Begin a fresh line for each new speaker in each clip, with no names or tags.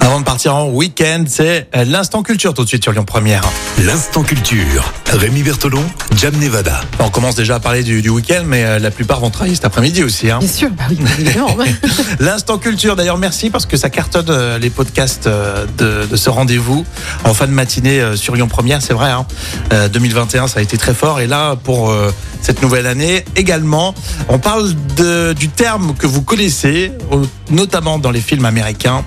Avant de partir en week-end, c'est euh, l'instant culture tout de suite sur Lyon Première.
L'instant culture. Rémi Bertolon, Jam Nevada.
On commence déjà à parler du, du week-end, mais euh, la plupart vont travailler cet après-midi aussi. hein.
Bien sûr, bah oui, évidemment.
L'instant culture, d'ailleurs, merci parce que ça cartonne euh, les podcasts euh, de, de ce rendez-vous en fin de matinée euh, sur Lyon Première. C'est vrai, hein. Euh, 2021, ça a été très fort. Et là, pour euh, cette nouvelle année, également, on parle de- du terme que vous connaissez, au- notamment dans les films américains,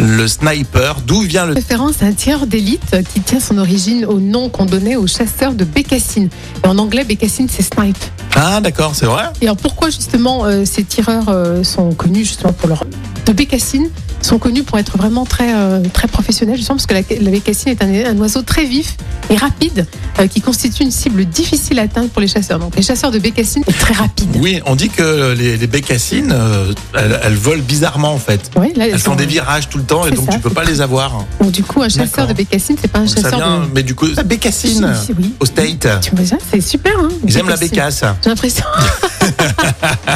le sniper. D'où vient le
Référence à un tireur d'élite qui tient son origine au nom qu'on donnait aux chasseurs de bécassines. Et en anglais, bécassine, c'est snipe.
Ah, d'accord, c'est vrai.
Et alors pourquoi justement euh, ces tireurs euh, sont connus justement pour leur de bécassine sont connus pour être vraiment très euh, très professionnels justement parce que la, la bécassine est un, un oiseau très vif et rapide euh, qui constitue une cible difficile à atteindre pour les chasseurs. Donc les chasseurs de bécassine sont très rapides.
Oui, on dit que les, les bécassines, euh, elles, elles volent bizarrement en fait.
Oui, là,
Elles
ils
font
sont-
des virages tout le temps et
C'est
donc
ça.
tu peux pas les avoir.
Donc, du coup, un chasseur
D'accord.
de bécassine, c'est pas un
On le sait
chasseur
bien,
de Ah,
mais du coup, la bécassine
Si, si, oui.
au state,
Tu vois ça, c'est super. Hein
ils aiment la
bécassine.
bécasse.
J'ai l'impression.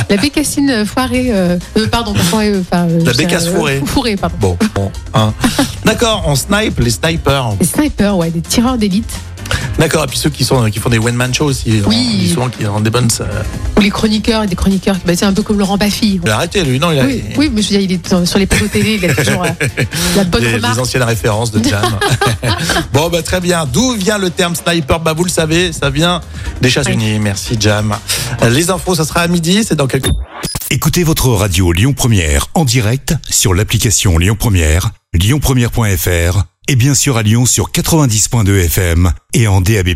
la bécassine euh, foirée. euh, euh, pardon, pas foirée. euh, enfin, euh,
La
je-
bécasse
euh,
fourrée.
Fourrée, pardon.
Bon, bon, hein. d'accord, on snipe les snipers.
Des snipers, ouais, des tireurs d'élite.
D'accord, et puis ceux qui sont qui font des one man shows, ils ont-
Oui.
ils sont qui ont des bonnes. euh,
Ou les chroniqueurs et des chroniqueurs qui bah, c'est un peu comme Laurent Baffy.
Il a arrêté lui, non Il a
Oui, oui, mais je veux dire, il est dans- sur les plateaux télé, il a toujours euh, la bonne
des, des
remarque.
anciennes références de Jam. bon, bah, très bien. D'où vient le terme sniper Bah, vous le savez, ça vient des États-Unis. Merci, Jam. Euh, Les infos, ça sera à midi. C'est dans quelques.
Écoutez votre radio Lyon Première en direct sur l'application Lyon Première, lyonpremière.fr et bien sûr à Lyon sur 90.2 FM et en DAB+.